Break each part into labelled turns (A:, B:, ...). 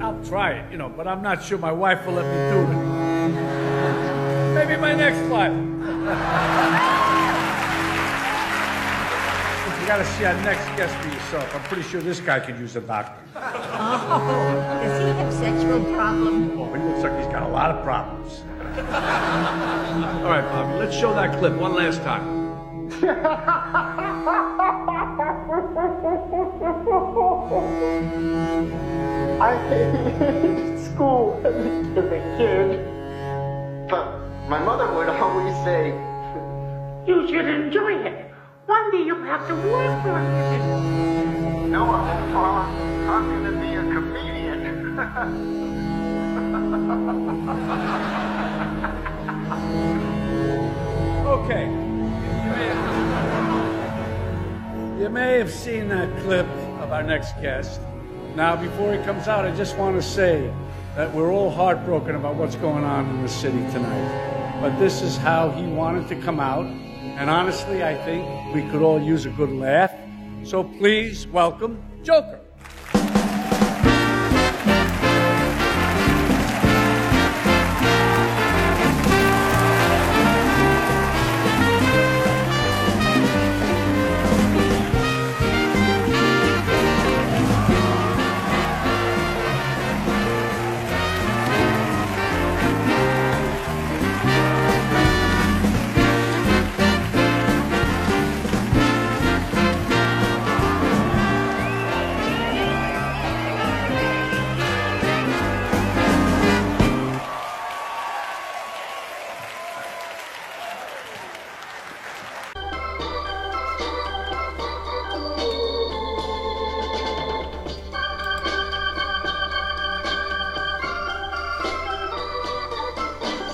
A: I'll try it, you know, but I'm not sure my wife will let me do it. Maybe my next wife. you gotta see our next guest for yourself. I'm pretty sure this guy could use a doctor.
B: Oh, does he have sexual problem?
A: Oh, he looks like he's got a lot of problems. All right, Bobby, let's show that clip one last time.
C: I hated school as a as a kid. But my mother would always say,
D: You should enjoy it. One day you'll have to work for it.
C: No, I'm, I'm, I'm going to be a comedian.
A: Okay. You may have seen that clip of our next guest. Now, before he comes out, I just want to say that we're all heartbroken about what's going on in the city tonight. But this is how he wanted to come out. And honestly, I think we could all use a good laugh. So please welcome Joker.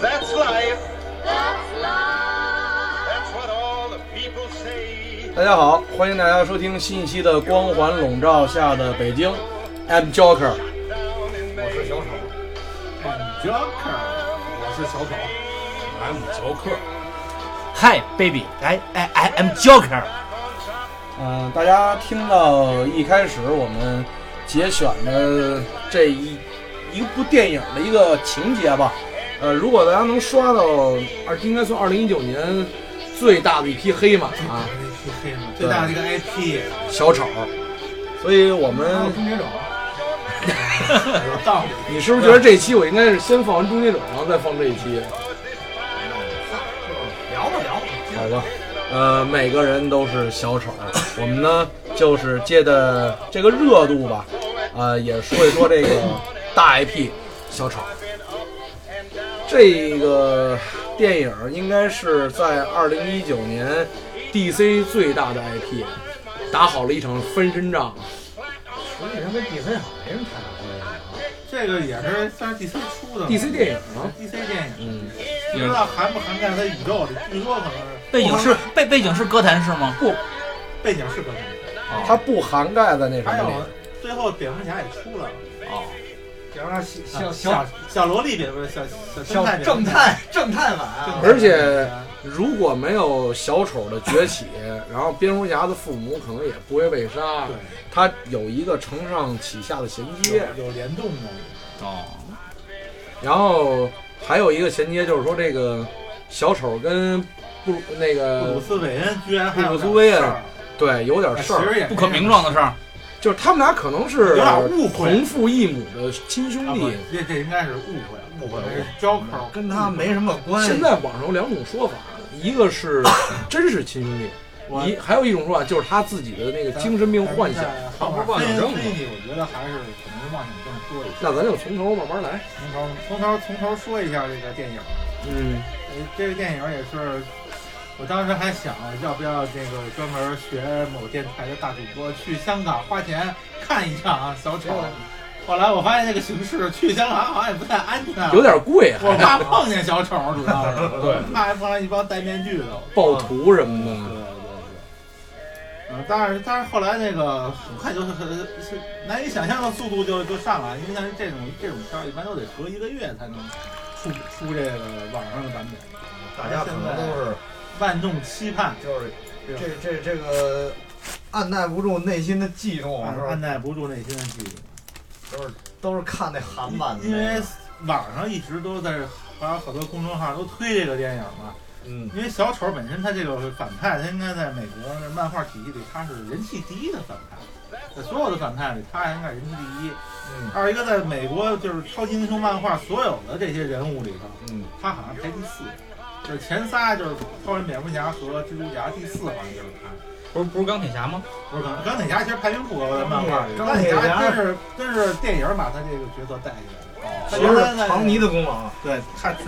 C: That's life.
B: That's love.
C: That's what all the people say.
E: 大家好，欢迎大家收听新一期的《光环笼罩下的北京》，I'm Joker。
C: Down in
F: 我是小丑，Joker，我是小丑，I'm 乔克。
G: Hi baby, I I I am Joker。
E: 嗯、大家听到一开始我们节选的这一一部电影的一个情节吧，
F: 呃，如果大家能刷到二，应该算二零一九年最大的一匹黑马啊，
H: 最大的一个 IP，
E: 小丑。所以我
H: 还有
E: 们，
H: 终结者，有道理。
F: 你是不是觉得这期我应该是先放完终结者，然后再放这一期？
H: 聊吧聊吧，
E: 好吧，呃，每个人都是小丑，我们呢就是借的这个热度吧，呃，也说一说这个大 IP 小丑。这个电影应该是在二零一九年
F: DC 最大的 IP，打好了一场翻身仗。
H: 实际上跟 DC 好没什么太大关系啊。这个也是算是 DC 出的
F: DC 电影嗯嘛，
H: DC 电影，不知道涵不涵盖在宇宙里，据说可能是
G: 背景是背背景是哥谭市吗？
F: 不，
H: 背景是关键，
F: 嗯
E: 它不涵盖在那什
H: 哦还
E: 么里
H: 有。最后蝙蝠侠也出了。
G: 哦，
H: 蝙蝠侠小
I: 小
H: 小小萝莉蝙蝠侠，小小
I: 小正
H: 正太
I: 太正太晚，
F: 而且如果没有小丑的崛 起，然后蝙蝠侠的父母可能也不会被杀。
H: 对，
F: 它有一个承上启下的衔接。
H: 有有联动的，
F: 然后还有一个衔接就是说，这个小丑跟布鲁那
H: 布鲁
F: 个
H: 斯韦恩居然还有
F: 布鲁斯韦恩
H: 点事儿
F: 对有点
H: 哎
F: 事
H: 其
F: 儿，
H: 实也
G: 不可名状的事儿。
F: 就是他们俩可能是
H: 有点误会
F: 同父异母的亲兄
H: 啊不
F: 弟。
H: 这这应该是误会，误会
F: 嗯
H: 是 Joker
I: 跟他没什么关系。
F: 现在网上有两种说法，一个是真是亲兄弟，
H: 我
F: 一还有一种说法就是他自己的那个精神病幻想。
H: 好好
F: 幻
H: 分
F: 想
H: 析
F: 症
H: 分析，我觉得还是可能是妄想症多一些。
F: 那咱就从头慢慢来。
H: 从头从头从头说一下这个电影，
F: 嗯，
H: 呃这个电影也是。我当时还想要不要这个专门学某电台的大主播去香港花钱看一场小丑，后来我发现这个形式去香港好像也不太安全，
F: 有点贵，啊
H: 我
F: 还
H: 怕碰见小丑，主要是对，怕碰上一帮戴面具的。啊
F: 暴徒什么
H: 对
F: 的。
H: 对对。嗯，但是但是后来那个很快就是是难以想象的速度就就上来，因为像这种这种片儿一般都得隔一个月才能出出这个网上的版本，
I: 大家可能都是
H: 万众期盼，
I: 就是这这这个按耐不住内心的悸动，
H: 按
I: 是吧
H: 按？耐不住内心的激动。
I: 就是都是看那韩版的，
H: 因为网上一直都在，还有好多公众号都推这个电影嘛。
I: 嗯，
H: 因为小丑本身他这个反派，他应该在美国的漫画体系里他是人气第一的反派，在所有的反派里他应该人气第一。
I: 嗯
H: 二一个在美国就是超级英雄漫画所有的这些人物里头，
I: 嗯，
H: 他好像排第四，就是前仨就是超人、蝙蝠侠和蜘蛛侠，第四好像就是他。
J: 不是不是钢铁侠吗？
H: 不是钢钢铁侠，其实排名不高，在漫画里。
I: 钢
H: 钢铁
I: 铁侠
H: 侠真是真是电影把他这个角色带起来的。他
I: 都
H: 原
I: 是
H: 来在
I: 唐尼的功劳。
H: 对，他是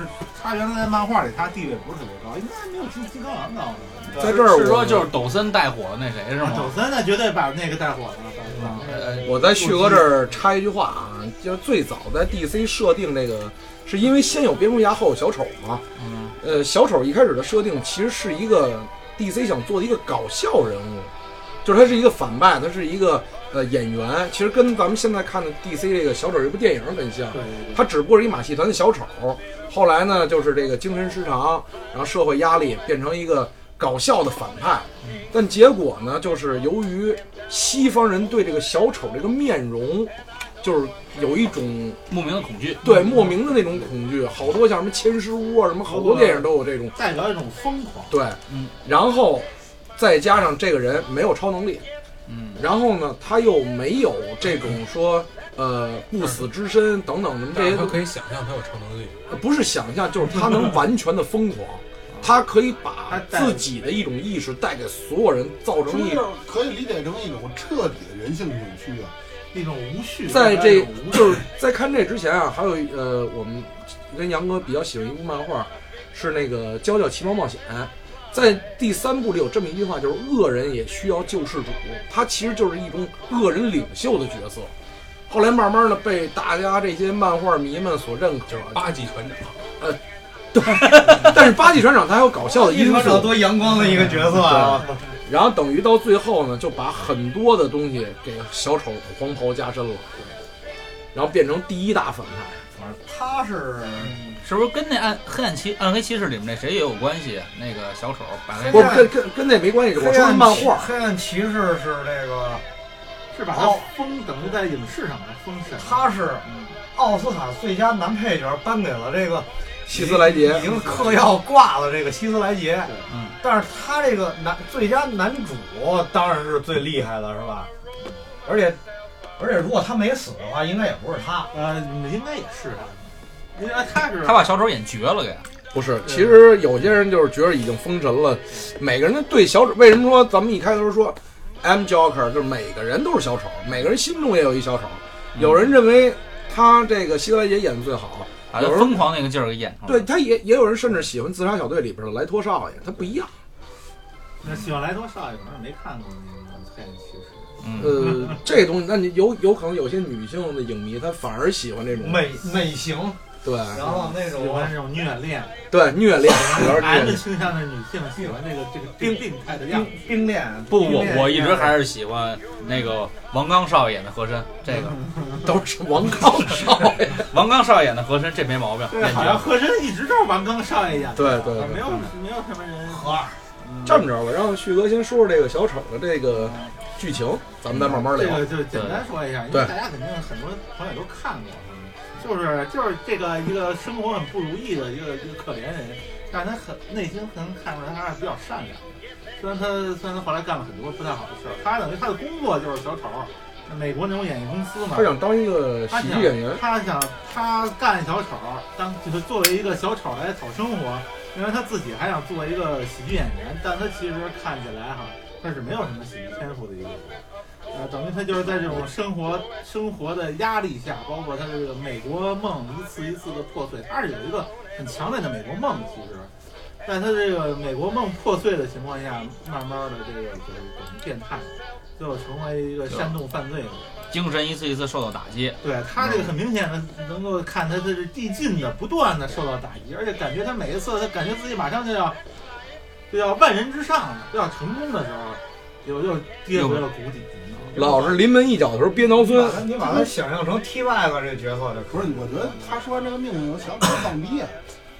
H: 他原来在漫画里他地位不是特别高，应该没有金金刚狼高。
F: 在这儿
J: 是
F: 我
J: 说就是抖森带火的那谁是
H: 啊抖
J: 吗？
H: 森那绝对把那个带火了，把金刚狼
J: 呃，
F: 我在旭哥这儿插一句话啊，就是最早在 DC 设定这个，是因为先有蝙蝠侠后有小丑嘛。
J: 嗯，
F: 呃，小丑一开始的设定其实是一个 DC 想做的一个搞笑人物，就是他是一个反派，他是一个呃演员，其实跟咱们现在看的 DC 这个小丑这部电影很像。
H: 对对对，
F: 他只不过是一马戏团的小丑，后来呢，就是这个精神失常，然后社会压力变成一个搞笑的反派。但结果呢，就是由于西方人对这个小丑这个面容，就是有一种
J: 莫名的恐惧。
H: 嗯
F: 对莫名的那种恐惧，好多像什么《千尸屋》啊，什么好多电影都有这种
H: 代表一种疯狂。
F: 对
J: 嗯，
F: 然后再加上这个人没有超能力，
J: 嗯，
F: 然后呢，他又没有这
E: 嗯
F: 种说呃不死之身等等什么这
E: 但
F: 些呃
E: 是他可以想象他有超能力，
F: 不是想象，就是他能完全的疯 狂，他可以把自己的一种意识带给所有人，造成一
K: 是可以理解成一种彻底的人性扭曲啊。
H: 那种无序，
F: 在
H: 代表一
F: 这
H: 种无
F: 就
H: 序
F: 是在看这之前啊，还有一呃，我们跟杨哥比较喜欢一部漫画，是那个《娇娇奇猫冒险》。在第三部里有这么一句话，就是恶人也需要救世主，他其实就是一种恶人领袖的角色。后来慢慢的被大家这些漫画迷们所认可，
E: 就是八级船长。
F: 但是八季船长他还有搞笑的因
I: 少
F: 素，
I: 多阳光的一个角色啊！
F: 然后等于到最后呢，就把很多的东西给小丑黄袍加身了，然后变成第一大反派。
I: 他是
J: 是不是跟那暗黑暗骑暗黑骑士里面那谁也有关系？啊那个小丑把那
F: 不是跟跟跟那没关系，我
I: 黑
F: 说的
I: 暗
F: 漫
I: 骑
F: 画。
H: 啊
I: 黑暗骑士是这个，
H: 是把他
I: 哦
H: 封等于在影视上把他封神。嗯
I: 他是奥斯卡最佳男配角颁给了这个
F: 希斯莱杰
I: 已经嗑药挂了这个希斯莱杰
H: 对。
J: 嗯，
I: 但是他这个男最佳男主当然是最厉害的，是吧？而且而且如果他没死的话，应该也不是他。
H: 呃，应该也是他，因为他是
J: 他把小丑演绝了给。
F: 不是，其实有些人就是觉得已经封神了，每个人的对小丑，为什么说咱们一开头说 I'm Joker，就是每个人都是小丑，每个人心中也有一小丑。有人认为他这个希斯莱杰演的最好，
J: 把他
F: 有人
J: 疯狂那个劲儿给演出来。
F: 对，他也也有人甚至喜欢《自杀小队》里边的莱托少爷，他不一样。
H: 那希望来多少爷可能没看过那个《黑暗骑士》。
J: 嗯，
F: 呃，这东西，那你有有可能有些女性的影迷，她反而喜欢这种
I: 美美型，
F: 对
I: 然后那
H: 喜欢
I: 种
H: 这种虐恋
F: 对虐恋，主要是虐
H: M
F: 恋。
H: 倾向的女性喜欢这个这个病病态的样
I: 冰
H: 子。
I: 冰恋。
J: 不，我
I: 冰恋
J: 我一直还是喜欢那个王刚少演的和珅，这个
F: 都是王刚少爷。
J: 王刚少演的和珅这没毛病。
H: 对，
J: 演
H: 好像
J: 绝
H: 和珅一直都是王刚少爷演的，
F: 对对对
H: 没有没有什么人嗯和二。
F: 这么着吧，让旭哥先说说这个小丑的这个剧情，咱们再慢慢
H: 这
F: 聊。
H: 个就简单说一下，因
F: 对
H: 为大家肯定很多朋友都看过，就是就是这个一个生活很不如意的一个一个可怜人，但他很内心可能看出来他还是比较善良的。虽然他虽然他后来干了很多不太好的事儿，他等于他的工作就是小丑，美国那种演艺公司嘛
F: 他。想当一个
H: 他
F: 喜
H: 想
F: 剧演员，
H: 他想他干小丑，当就是作为一个小丑来讨生活，因为他自己还想做一个喜剧演员，但他其实看起来哈，他是没有什么喜剧天赋的一个人。呃，等于他就是在这种生活生活的压力下，包括他这个美国梦一次一次的破碎，他是有一个很强烈的美国梦，其实，在他这个美国梦破碎的情况下，慢慢的这个就是怎么变态，最后成为一个煽动犯罪的人。
J: 精神一次一次受到打击，
H: 对他这个很明显的能够看他这是递进的，不断的受到打击，而且感觉他每一次他感觉自己马上就要就要万人之上了，就要成功的时候，又又跌回了谷底。
F: 老是临门一脚的时候憋挠
I: 你把
F: 孙。
I: 他你把他想象成 T Y 了这角色就可
K: 不是，我觉得他说完这个命令，我想起来放屁啊，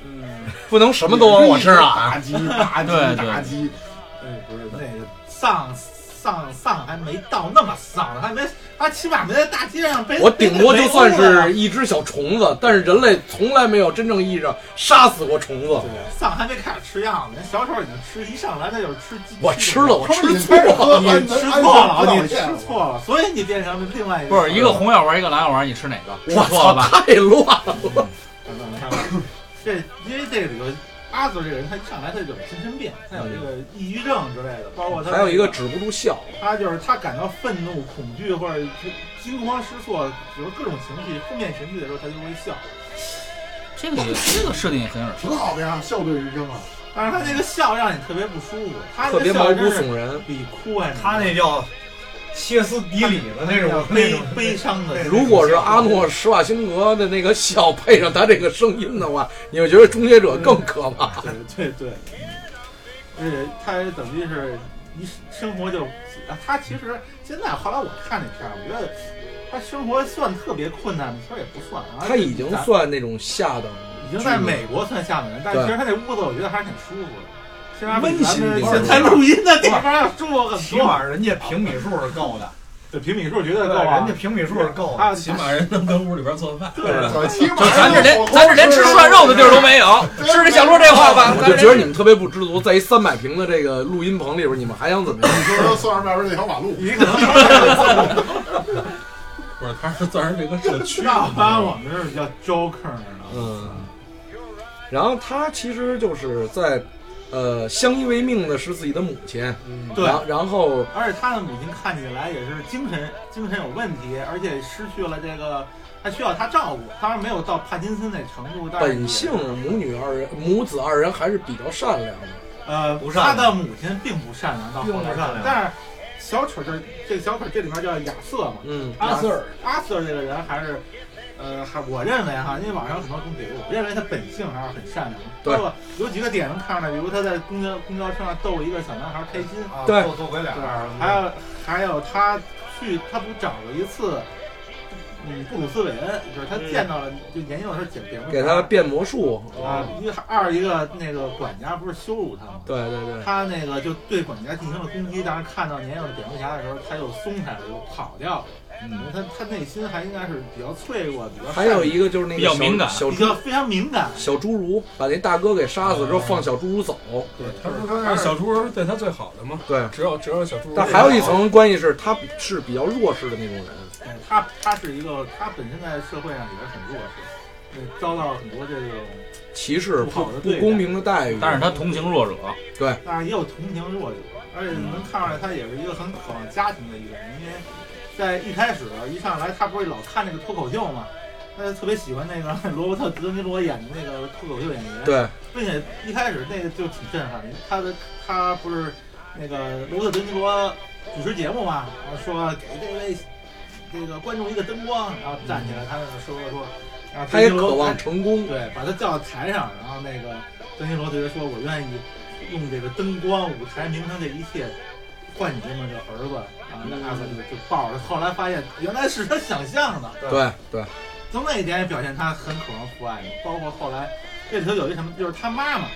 F: 不能 什么都往我身上
K: 打
F: 啊！
K: 击打击
J: 对对
K: 打击，
H: 哎，不是那个丧丧丧还没到那么丧呢，还没他起码没在大街上被
F: 我顶多就算
H: 被殴了
F: 是一只小虫子，但是人类从来没有真正意义上杀死过虫子。
H: 丧还没开始吃药呢，人小丑已经吃一上来那就是吃鸡。
F: 我吃了，我吃错了，
H: 了，
K: 啊
H: 你吃错
I: 啊
H: 了，你吃错了，所以你变成了另外一个。
J: 不是一个红药丸，一个蓝药丸，你吃哪个？
H: 我
J: 吃错了吧？
H: 操
F: 太乱了！
H: 这因为这个里头，阿泽这个人他一上来他就有精神病，他有这个抑郁症之类的，包括他
F: 还有一个止不住笑，
H: 他就是他感到愤怒、恐惧或者是惊慌失措，比如各种情绪、负面情绪的时候，他就会笑。
J: 这个这个设定也很耳熟，
K: 挺好的呀，笑对人生啊。
H: 但是他这个笑让你特别不舒服，他
I: 特别毛骨悚
F: 然，
H: 比哭还
I: 他那叫歇斯底里的那种
H: 悲悲伤的。
F: 如果是阿诺施瓦辛格的那个笑配上他这个声音的话，你会觉得《终结者》更可怕。
H: 对对，而且他等于是一生活就，啊他其实现在后来我看那片儿，我觉得他生活算特别困难，其实也不算啊。
F: 他已经
H: 在
F: 算那种下等，
H: 已经在美国算下面了，但
F: 对
H: 其实他那屋子我觉得还是挺舒服的。起码
I: 温
H: 比咱
I: 馨
H: 们
I: 一点
H: 现在录音的地方要舒服很多。
I: 起码人家平米数是够的，
H: 对平米数绝对够啊
I: 人家平米数是够
H: 啊
I: 的，
H: 起码
G: 人能跟屋里边做饭，
I: 对吧
G: 对
I: 起码
G: 就咱这连咱这连吃涮肉的地儿都没有，是这小说这话吧？
F: 我就觉 得你们特别不知足，在一三百平的这个录音棚里边，你们还想怎么样？
K: 你说算上外边那条马路，
H: 你可能
G: 不是，他是算是这个社区。
H: 那般啊我们这是叫 Joker 呢。
F: 嗯，然后他其实就是在，呃，相依为命的是自己的母亲，
H: 对
F: 然然后
H: 而且他的母亲看起来也是精神精神有问题，而且失去了这个，还需要他照顾。当然没有到帕金森那程度，但是
F: 本性母女二人母子二人还是比较善良的。
H: 呃，
F: 不
H: 他的母亲并不善良，到后来
F: 并不善良
H: 但是小丑这这个小丑这里面叫亚瑟嘛，
F: 嗯
H: 阿
F: 阿瑟尔
H: 阿瑟这个人还是。呃，还我认为哈，因为网上有很多东西，我认为他本性还是很善良的。
F: 对
H: 包括有几个点能看出来，比如他在公交公交车上逗了一个小男孩开心，啊
I: 对做做鬼脸儿
H: 对还有还有他去，他不找了一次，嗯，布鲁斯韦恩，就是他见到了，就年幼的时候捡蝙蝠
F: 给他变魔术
H: 啊，一个二一个那个管家不是羞辱他吗？
F: 对对对，
H: 他那个就对管家进行了攻击，当时看到年幼的蝙蝠侠的时候，他又松开了，又跑掉了。因为他他内心还应该是比较脆弱，比较
F: 还有一个就是那个
H: 比较
F: 小
H: 敏感
F: 小
H: 比
F: 猪
H: 较非常敏感。
F: 小侏儒把那大哥给杀死之后，
H: 哦
F: 放小侏儒走。
H: 对，
G: 他不是说让小猪是对他最好的吗？
F: 对，
G: 只有只有小猪。
F: 但还有一层关系是，他是比较弱势的那种人。
H: 哎他他是一个，他本身在社会上也是很弱势，对遭到很多这种
F: 歧视
H: 不
F: 不
H: 好的对
F: 不
H: 待
F: 公平的待遇，
J: 但是他同情弱者。
F: 对，
H: 但是也有同情弱者，而且能看出来他也是一个很渴望家庭的一个人，因为在一开始一上来他不是老看那个脱口秀嘛，他就特别喜欢那个 罗伯特·德尼罗演的那个脱口秀演员，
F: 对，
H: 并且一开始那个就挺震撼的，他的他不是那个罗伯特·德尼罗主持节目嘛，然后说给这位这个观众一个灯光，然后站起来，他就说说。然后
F: 他也
H: 德尼罗
F: 渴望成功，
H: 对，把他叫到台上，然后那个邓金罗对他说：“我愿意用这个灯光、舞台、名声这一切换你这么个儿子。”然后那阿瑟就就抱着他，后来发现原来是他想象的。
F: 对对，
H: 从那一点也表现他很渴望父爱，包括后来这里头有一什么，就是他妈妈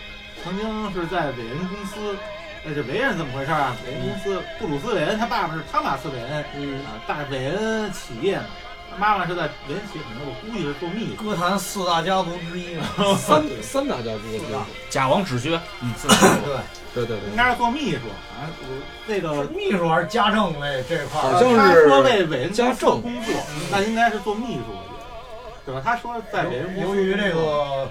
H: 曾经是在韦恩公司，那是韦恩怎么回事啊？韦恩公司，布鲁斯韦恩他爸爸是汤马斯韦恩，嗯啊，大韦恩企业嘛。他妈妈是在韦恩企业，可能我估计是做秘，
I: 歌坛四大家族之一嘛
H: 三
F: 三大家族
I: 四大，
J: 假王止靴，嗯，
F: 对
I: 对，
F: 对
H: 应该是做秘书，反正我那个
I: 秘书还是家政类这块儿，
H: 他说为韦恩家政工作，那应该是做秘书，我觉得，对吧？他说在韦恩公
I: 由
H: 司
I: 于这个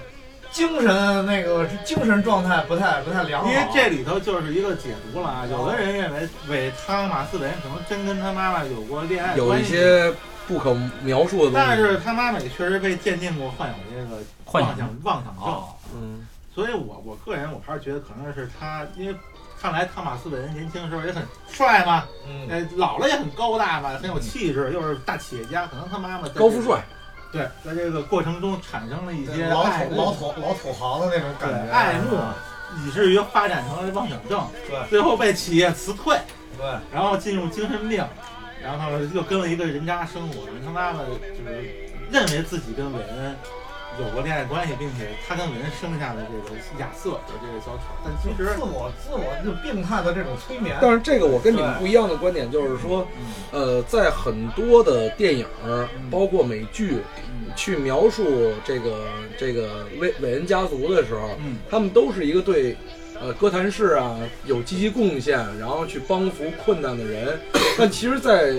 I: 精神那个精神状态不太不太良好，
H: 因为这里头就是一个解读了啊，有的人认为韦汤马斯韦恩可能真跟他妈妈有过恋爱
F: 有
H: 关
F: 一
H: 系，
F: 些不可描述的东西。
H: 但是他妈妈也确实被鉴定过患有这个
F: 幻
H: 妄
F: 想
H: 想妄想症，
I: 哦
F: 嗯，
H: 所以我我个人我还是觉得可能是他，因为看来汤马斯韦恩年轻的时候也很帅嘛，
I: 嗯
H: 呃，老了也很高大嘛，很有气质，又是大企业家，可能他妈妈在这
I: 高富帅，
H: 对，在这个过程中产生了一些
I: 老
H: 爱
I: 土老土老土豪的那种
H: 对
I: 感觉，啊
H: 爱慕，以至于发展成了妄想症，
I: 对
H: 最后被企业辞退，
I: 对，
H: 然后进入精神病，然后又跟了一个人渣生活，他妈妈就是认为自己跟韦恩有过恋爱关系，并且他跟文生下的这个亚瑟的这个小丑，但其实
I: 自我自我就病态的这种催眠。
F: 但是这个我跟你们不一
I: 样。
F: 样的观点就是说，呃，在很多的电影儿，包括美剧，去描述这个这个韦韦恩家族的时候，他们都是一个对。呃，哥谭市啊，有积极贡献，然后去帮扶困难的人。 但其实在，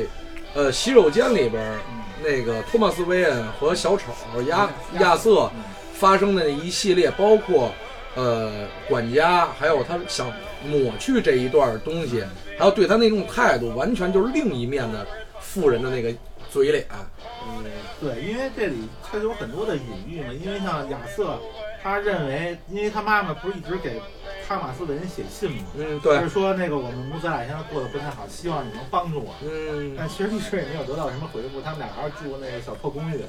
F: 呃洗手间里边儿，
H: 嗯
F: 那个托马斯·韦恩和小丑亚亚瑟
H: 嗯
F: 发生的一系列，包括呃管家，还有他想抹去这一段东西，
H: 嗯
F: 还有对他那种态度，完全就是另一面的富人的那个嘴脸。
H: 对，因为这里它有很多的隐喻嘛，因为像亚瑟，他认为，因为他妈妈不是一直给哈马斯文写信嘛，
F: 嗯，对
H: 就是说那个我们母子俩现在过得不太好，希望你能帮助我，
F: 嗯，
H: 但其实一直也没有得到什么回复，他们俩还是住那个小破公寓，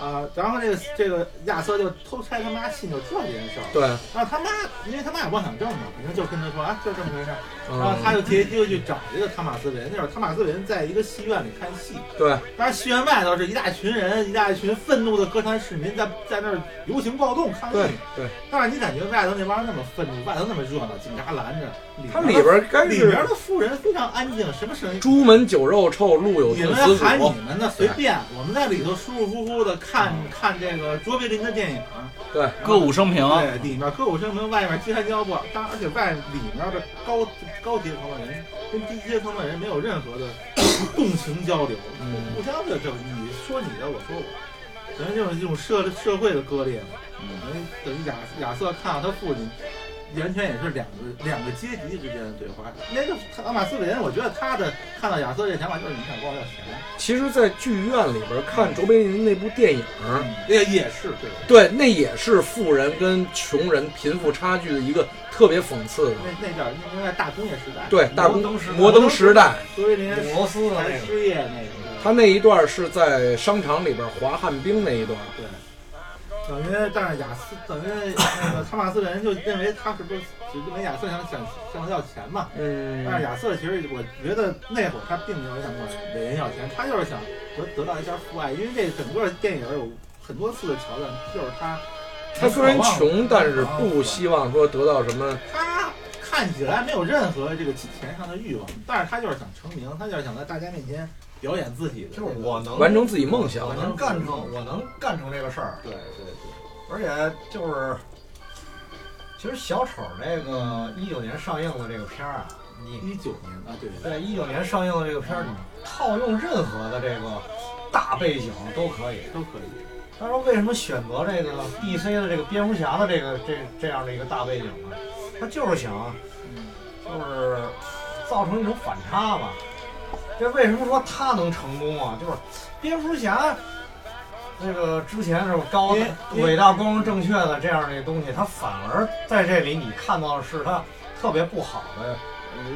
H: 啊、然后这个这个亚瑟就偷拆他妈信，就知道这件事儿，
F: 对
H: 然后他妈因为他妈有妄想症嘛，反正就跟他说啊，就这么回事儿，
F: 嗯
H: 然后他就借机就去找这个汤马斯文，那会儿汤马斯文在一个戏院里看戏，
F: 对，
H: 当时戏院外头是一大群人，一大群愤怒的歌坛市民在在那儿游行暴动抗议。
F: 对，
H: 但是你感觉外头那帮人那么愤怒，外头那么热闹，警察拦着，
F: 它里边儿该是
H: 里边的富人非常安静，什么声音？
F: 朱门酒肉臭，路有
H: 你
F: 定
H: 们
F: 思
H: 喊
F: 古
H: 你。们的随便，我们在里头舒舒服服的看
F: 嗯
H: 看这个卓别林的电影，啊
F: 对，
J: 歌舞升
F: 啊
J: 平，
H: 对，里面歌舞升平，外面鸡三交迫，当而且外里面的高高阶层的人跟低阶层的人没有任何的动情交流，互相的就你说你的，我说我，等于就是这种社社会的割裂嘛。
F: 嗯
H: 等于等于亚亚瑟看到他父亲，完全也是两个两个阶级之间的对话。那个阿马斯韦恩，我觉得他的看到亚瑟这想法就是你想管我要钱，
F: 其实，在剧院里边看卓别林那部电影，
H: 也也是对。
F: 对，那也是富人跟穷人贫富差距的一个特别讽刺的。
H: 那那叫应该大工业时代，
F: 对大
H: 摩
F: 工
H: 登时代
F: 摩登时代
H: 卓别林
I: 俄罗斯的那
H: 还
I: 个
H: 失业那个。
F: 他那一段是在商场里边滑旱冰那一段。
H: 对，等于，但是亚斯等于那个 汤马斯人就认为他是不是只因为亚瑟想想向他要钱嘛？
F: 嗯
H: 但是亚瑟其实我觉得那会儿他并没有想管韦恩要钱，他就是想得得到一下父爱，因为这整个电影有很多次的桥段就是他，
F: 他虽然穷，但是不希望说得到什么。
H: 看起来没有任何这个金钱上的欲望，但是他就是想成名，他就是想在大家面前表演自己的这个，就是
I: 我能
H: 我
I: 我
H: 能干
I: 能干
H: 成
I: 成，我能干成这个事儿。
H: 对对对，
I: 而且就是，其实小丑这个一九年上映的这个片儿啊，你
H: 一九年啊，对
I: 对，一九年上映的这个片儿，你套用任何的这个大背景都可以，
H: 都可以。
I: 他说为什么选择这个 DC 的这个蝙蝠侠的这个这这样的一个大背景呢？他就是想，就是造成一种反差吧。这为什么说他能成功啊？就是蝙蝠侠那个之前是高
H: 因因
I: 伟大光荣正确的这样的东西，他反而在这里你看到的是他特别不好的。
H: 呃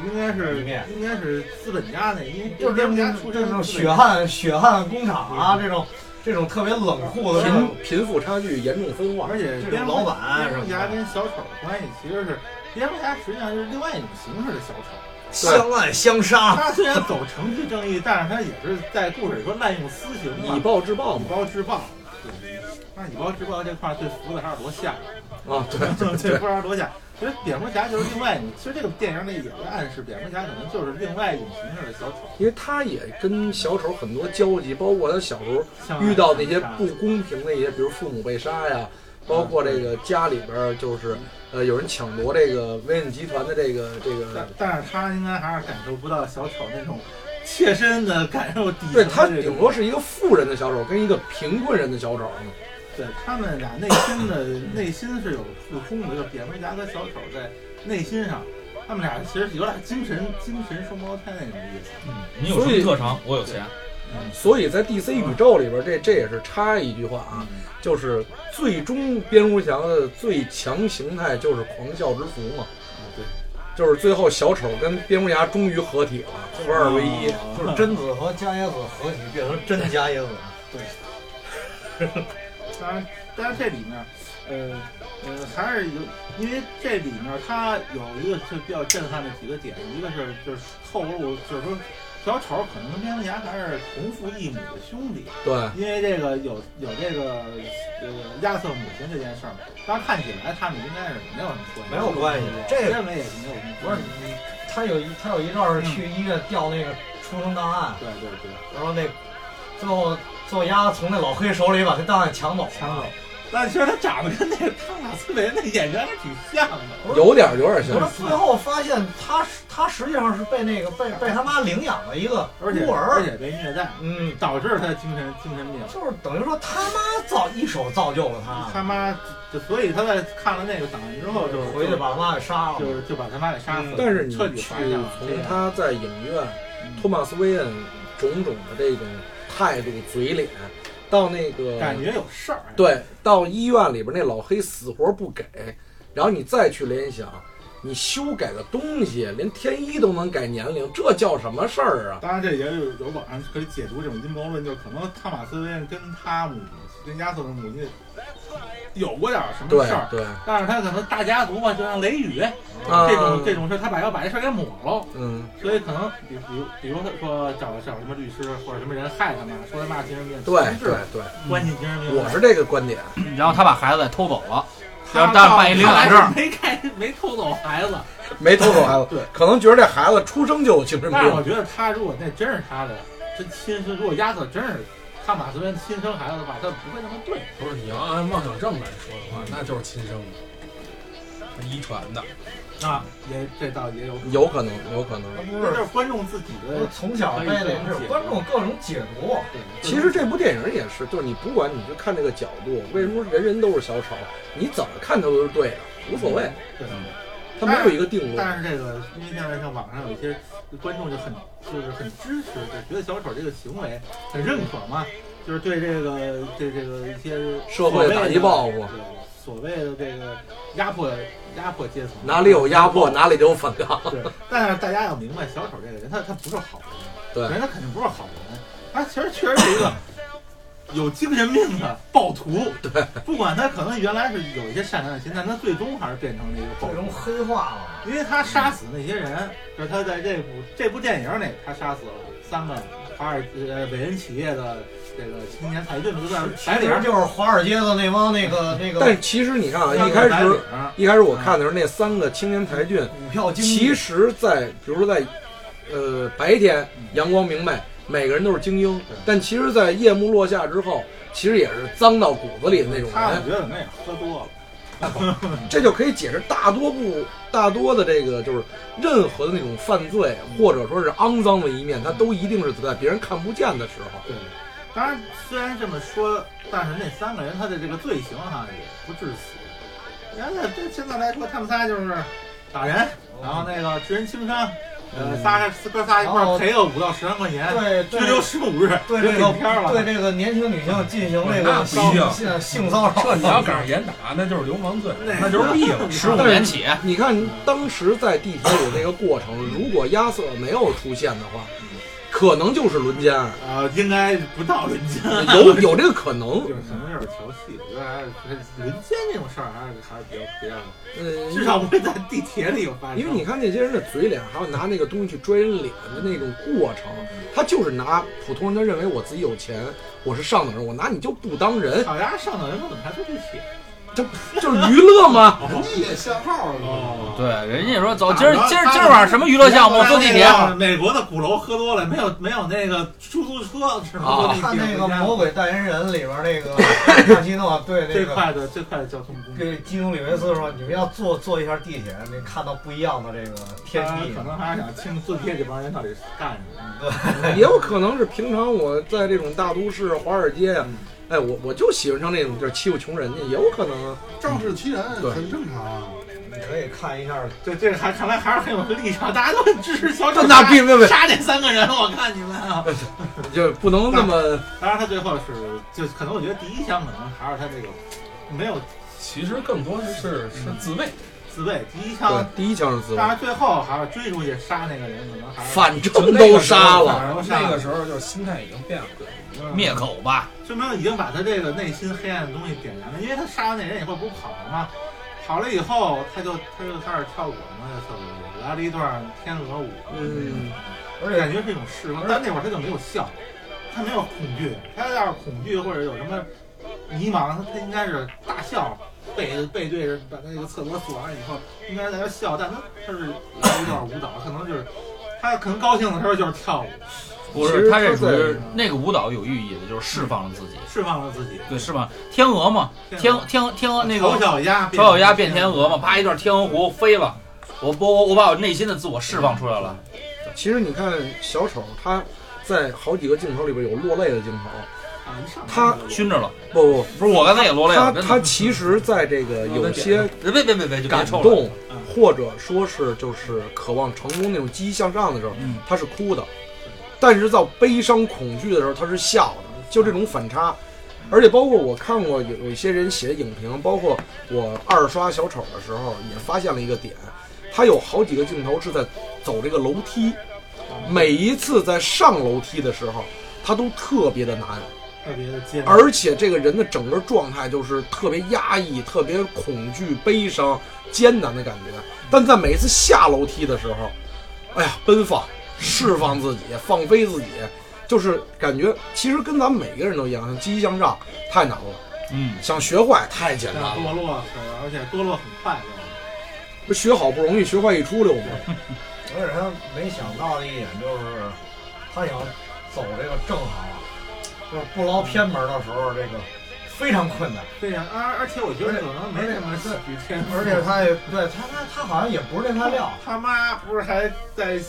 H: 应该是应该是资本家那，因为
I: 就是这
H: 蝙
I: 种
H: 蝠侠出身
I: 这种
H: 资
I: 血
H: 本家
I: 汗血汗工厂啊，
H: 嗯
I: 这种这种特别冷酷的这种
F: 贫贫富差距严重分化，
H: 而且
I: 这
H: 蝙
I: 种
H: 蝠
I: 老板
H: 蝙蝠
I: 什
H: 侠
I: 么
H: 跟小丑的关系其实是蝙蝠侠实际上是另外一种形式的小丑，
I: 相爱相杀。
H: 他虽然走程序正义，但是他也是在故事里说滥用私刑嘛，
F: 以暴制暴嘛
H: 以暴制暴。对，但是以暴制暴这块儿对福子还是罗夏
F: 啊对 对
H: 对福子还是罗夏。其实蝙蝠侠就是另外一种，其实这个电影里也在暗示蝙蝠侠可能就是另外一种形式的小丑。
F: 因为他也跟小丑很多交集，包括他小时候遇到那些不公平的一些，比如父母被杀呀，包括这个家里边儿就是呃有人抢夺这个威恩集团的这个这个
H: 但但是他应该还是感受不到小丑那种切身的感受底层
F: 对他
H: 的这种
F: 顶多是一个富人的小丑跟一个贫困人的小丑，
H: 对他们俩内心的 内心是有互通的，就是蝙蝠侠和小丑在内心上，他们俩其实有点精神精神双胞胎那种意思。
J: 你有什么特长？我有钱。
F: 所以在 DC 宇宙里边儿，这这也是插一句话啊，就是最终蝙蝠侠的最强形态就是狂笑之蝠嘛，
H: 对，
F: 就是最后小丑跟蝙蝠侠终于合体了，合二为一，
I: 就是贞子和伽椰子合体变成真伽椰子。
H: 对，当然，当然这里面，呃呃，还是有，因为这里面它有一个就比较震撼的几个点，一个是就是透露，就是说小丑可能跟蝙蝠侠还是同父异母的兄弟。
F: 对
H: 因为这个有有这个呃亚瑟母亲这件事儿，但是看起来他们应该是没有什么关系，
I: 没有关系
H: 我
I: 这个
H: 认为也是没有什么
I: 不是
H: 关系。
I: 你，他有一他有一段
H: 嗯
I: 是去医院调那个出生档案，
H: 对对对，
I: 然后那最后最后丫从那老黑手里把那档案抢走，抢走。
H: 但其实他长得跟那个汤马斯韦那演员还挺像的，
F: 有点儿有点儿像
I: 可是最后发现他是他实际上是被那个被被他妈领养的一个
H: 而且
I: 孤儿，
H: 而且被虐待，
I: 嗯，
H: 导致他精神精神病。
I: 就是等于说他妈造一手造就了他，
H: 他妈就所以他在看了那个档案之后，就是
I: 回去嗯把他妈给杀了
H: 就是就把他妈给杀死了，
F: 但是你
H: 彻
F: 去
H: 底发现了这
F: 从
H: 样
F: 他在影院，托马斯·威恩种种的这种态度、嘴脸，到那个
H: 感觉有事儿，
F: 对，到医院里边那老黑死活不给，然后你再去联想，你修改的东西连天一都能改年龄，这叫什么事儿啊？
H: 当然，这也有有网上可以解读这种阴谋论，就可能汤马斯韦恩跟他母跟亚瑟的母亲有过点什么
F: 对
H: 事儿，
F: 对，
H: 但是他可能大家族嘛，就像雷雨、
F: 啊
H: 这种这种事儿，他把要把这事儿给抹了，
F: 嗯，
H: 所以可能比比如比如说找找什么律师或者什么人害他们，说他骂精神病，
F: 对
H: 其实
F: 对对，
H: 关进精神病院，
F: 我是这个观点。
J: 然后他把孩子偷走了，
H: 他
J: 然后但是办一领
H: 他
J: 养证，
H: 没开没偷走孩子，
F: 没偷走孩子，
H: 对，
F: 可能觉得这孩子出生就有精神
H: 但是我
F: 病。
H: 觉得他如果那真是他的真亲生，如果亚瑟真是他马斯韦恩亲生孩子的话，他不会那么对。
L: 不是你要按妄想症来说的话，那就是亲生的，遗传的。
H: 啊，也这倒也有
F: 有可能，有可能。
H: 这是观众自己的，
I: 从小被那种观众各种解读，
L: 哦
F: 其实这部电影也是，就是你不管你去看这个角度，为什么人人都是小丑，你怎么看都是对的，无所谓。
H: 对，
F: 他没有一个定论。
H: 嗯但是这个，因为现在像网上有一些观众就很就是很支持，就觉得小丑这个行为很认可嘛，就是对这个对这个一些
F: 社会打击报复
H: 所谓的对所谓的这个压迫压迫阶层，
F: 哪里有压迫，哪里就有反抗。
H: 对，但是大家要明白，小丑这个人，他他不是好人，
F: 对
H: 人他肯定不是好人，他其实确实是 一个有精神病的暴徒。
F: 对，
H: 不管他可能原来是有一些善良的心，但他最终还是变成了一个暴
I: 最终
H: 徒，
I: 黑化了。
H: 因为他杀死那些人，就是他在这部这部电影里，他杀死了三个华尔呃韦恩企业的这个青年才俊，就在
I: 其
L: 哎
H: 白领
I: 实就是华尔街的那帮那个那个，
F: 但是其实你看啊，一开始一开始我看的时候，那三个青年才俊，
I: 票经济
F: 其实在，比如说在，呃，白天阳光明媚，每个人都是精英，但其实，在夜幕落下之后，其实也是脏到骨子里的那种
H: 他我
F: 人
H: 觉。得可能也喝多了。
F: 这就可以解释大多部大多的这个就是任何的那种犯罪或者说是肮脏的一面，它都一定是在别人看不见的时候。
H: 对，当然，虽然这么说，但是那三个人他的这个罪行哈也不致死。你看，这这现在来说，他们仨就是打人，然后那个致人轻伤，呃，
I: 嗯
H: 仨是哥仨一块
I: 然后
H: 儿赔个五到十万块
L: 嗯
H: 钱，
I: 对
H: 拘留十五日，
I: 对这
H: 别
I: 个
H: 顶天了。
I: 对这个年轻女性进行那
L: 那
I: 个
L: 不一定
I: 性性骚扰，
L: 这你要赶上严打，那就是流氓罪，那就是 毙了。
F: 但是你看，当时在地铁里那个过程，如果亚瑟没有出现的话，可能就是轮奸案，
H: 啊，应该不到轮奸，
F: 有有这个可能
H: 呃就。是可能有点调戏，我觉得还是轮奸这种事儿还是还是比较比较，
F: 呃，
H: 至少不会在地铁里有发生。
F: 因为你看那些人的嘴脸，还有拿那个东西去拽人脸的那种过程，他就是拿普通人，他认为我自己有钱，我是上等人，我拿你就不当 人，
H: 好家伙，上等人我怎么还坐地铁？
F: 这就是娱乐嘛。
K: 你也限号了。
J: 对，人家说走，今儿今儿今儿晚上什么娱乐项目？坐地铁。啊
H: 美国的鼓楼喝多了，没有没有那个出租车，是吗？坐地铁
I: 看那个
H: 回
I: 《
H: 家
I: 魔鬼代言人》里边 那个帕西诺对那
H: 最
I: 个
H: 快的最快的交通工具，
I: 对基努里维斯说：“你们要坐坐一下地铁，你看到不一样的这个天
H: 他
L: 啊
I: 地。”
H: 可能还是想清坐地铁这帮人到底是干什么。
F: 也有可能是平常我在这种大都市华尔街呀，哎，我我就喜欢上那种地儿欺负穷人家，也有可能啊。
K: 仗势欺人
F: 对
K: 很正常啊。
I: 你可以看一下，
H: 对，这个还看来还是很有立场，大家都很支持小 丑
F: 那那
H: 杀
F: 并没有
H: 杀这三个人，我看你们啊。
F: 就不能那么
H: 当然，他最后是就可能我觉得第一箱可能还是他这个没有
L: 其实更多的是
H: 嗯
L: 是自卫，
H: 自卫，第一
F: 对
H: 箱。
F: 第一枪是自卫
H: 当，然，最后还是追出去杀那个人，可能还是
F: 反正都杀
H: 反
F: 了。
H: 正杀
L: 那
H: 了
L: 个时候就是心态已经变了。
J: 灭口吧，
H: 说明已经把他这个内心黑暗的东西点燃了，因为他杀完那人以后不是跑了吗？跑了以后，他就他就开始跳舞嘛，在厕所里来了一段天鹅舞。
F: 嗯，
H: 而且感觉是一种释放。但那会儿他就没有笑，他没有恐惧，他要是恐惧或者有什么迷茫，他他应该是大笑，背背对着把那个厕所锁上以后，应该在那笑。但他他是有一段舞蹈，可能就是他可能高兴的时候就是跳舞。
J: 不
H: 其
J: 是，
H: 实
J: 他这
H: 在
J: 属于那个舞蹈有寓意的，就是释放了自己，
H: 释放了自己，啊
J: 对，释放天鹅嘛，天天天鹅那个
H: 丑小鸭变
J: 丑小鸭变天鹅嘛，啪一段天鹅湖飞了，我我我我把我内心的自我释放出来了，
F: 其实你看小丑他在好几个镜头里边有落泪的镜头，
H: 啊
F: 他
J: 熏着了。
F: 不不
J: 不是我刚才也落泪了
F: 他
J: 真的
F: 他其实在这个有些
J: 别别别别别就别
F: 感
J: 抽了嗯
F: 动，或者说是就是渴望成功那种积极向上的时候，
J: 嗯
F: 他是哭的；但是到悲伤恐惧的时候，他是笑的，就这种反差。
J: 嗯
F: 而且包括我看过有有一些人写影评，包括我二刷小丑的时候也发现了一个点，他有好几个镜头是在走这个楼梯，
J: 哦
F: 每一次在上楼梯的时候，他都特别的难。
H: 特别的艰难。
F: 而且这个人的整个状态就是特别压抑、特别恐惧、悲伤、艰难的感觉。但在每次下楼梯的时候，哎呀，奔放、释放自己、放飞自己，就是感觉其实跟咱们每个人都一样，积极向上太难了，
J: 嗯，
F: 想学坏太简单
H: 但
F: 了，
H: 堕落很，而且堕落很快的。
F: 不学好不容易，学坏一出溜嘛。
I: 而且他没想到的一点就是，他想走这个正行，啊就是不捞偏门的时候，这个非常困难。
H: 对呀、而而且我觉得可能没什么许 天赋
I: 而且他也对他他他好像也不是那块料。
H: 他妈不是还在